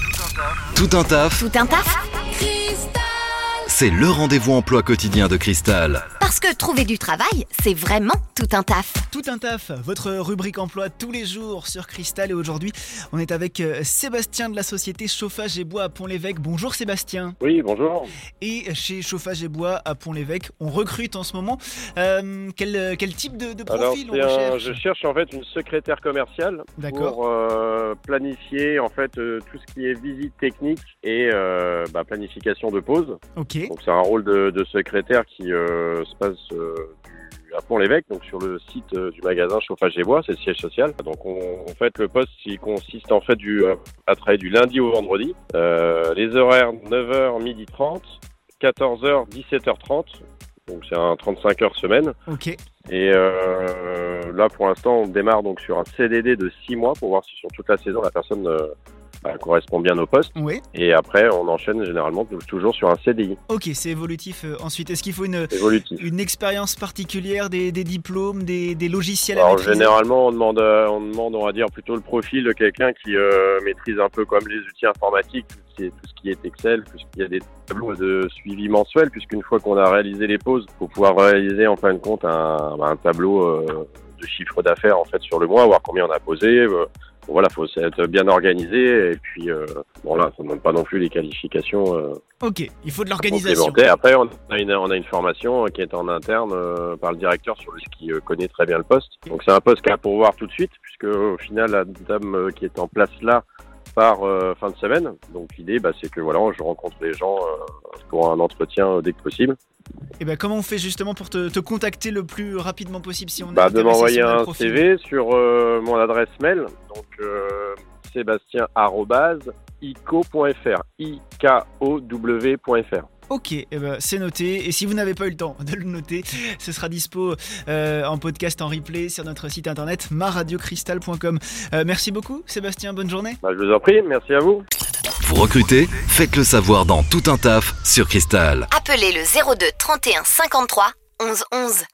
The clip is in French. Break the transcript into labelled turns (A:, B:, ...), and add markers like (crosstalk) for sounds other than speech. A: Tout un taf,
B: Tout un taf
A: c'est le rendez-vous emploi quotidien de Cristal.
B: Parce que trouver du travail, c'est vraiment tout un taf.
C: Tout un taf, votre rubrique emploi tous les jours sur Cristal et aujourd'hui on est avec euh, Sébastien de la société Chauffage et Bois à Pont-l'Évêque. Bonjour Sébastien.
D: Oui, bonjour.
C: Et chez Chauffage et Bois à Pont-l'Évêque, on recrute en ce moment. Euh, quel, euh, quel type de, de
D: Alors,
C: profil
D: c'est
C: on
D: un-
C: recherche
D: je cherche en fait une secrétaire commerciale
C: D'accord.
D: pour euh, planifier en fait euh, tout ce qui est visite technique et euh, bah, planification de pause.
C: Ok,
D: Donc c'est un rôle de, de secrétaire qui euh, se passe euh, du- à Pont-l'Évêque, donc sur le site euh, du magasin Chauffage et Bois, c'est le siège social. Donc on, en fait le poste il consiste en fait du, euh, à travailler du lundi au vendredi. Euh, les horaires 9h, 12h30, 14h, 17h30. Donc c'est un 35 heures semaine.
C: ok.
D: Et euh, là, pour l'instant, on démarre donc sur un CDD de 6 mois pour voir si sur toute la saison la personne euh, bah, correspond bien au poste.
C: Oui,
D: Et après, on enchaîne généralement tou- toujours sur un CDI
C: ok, c'est évolutif euh, ensuite. Est-ce qu'il faut une,
D: évolutif.
C: une expérience particulière, des, des diplômes, des, des logiciels à
D: Alors
C: maîtriser
D: Bah, généralement, on demande, euh, on demande, on va dire plutôt le profil de quelqu'un qui euh, maîtrise un peu comme les outils informatiques, tout ce qui est, tout ce qui est Excel, tout ce qui est des tableaux de suivi mensuel, puisqu'une fois qu'on a réalisé les pauses, faut pouvoir réaliser en fin de compte un, bah, un tableau euh, de chiffre d'affaires en fait sur le mois, voir combien on a posé. euh, bon, voilà, faut être bien organisé et puis euh, bon là, ça ne demande pas non plus les qualifications. euh,
C: Ok, il faut de l'organisation.
D: complémentaires. Après, on a, une, on a une formation qui est en interne euh, par le directeur sur le, qui euh, connaît très bien le poste. Donc c'est un poste qu'à pourvoir tout de suite, puisque au final, la dame euh, qui est en place là part euh, fin de semaine. Donc l'idée, bah, c'est que voilà, je rencontre les gens euh, pour un entretien euh, dès que possible.
C: Et ben comment on fait justement pour te, te contacter le plus rapidement possible si on est
D: Bah, de
C: intéressé
D: m'envoyer
C: sur le
D: un
C: profil
D: CV sur euh, mon adresse mail, donc euh, sébastien.ico.fr. I-K-O-W.fr.
C: Ok, eh ben, c'est noté. Et si vous n'avez pas eu le temps de le noter, (laughs) ce sera dispo euh, en podcast, en replay sur notre site internet maradiocristal.com. Euh, merci beaucoup, Sébastien. Bonne journée.
D: Bah, je vous en prie, merci à vous.
A: Vous recrutez Faites le savoir dans Tout un taf sur Cristal.
B: Appelez le 02 31 53 11 11.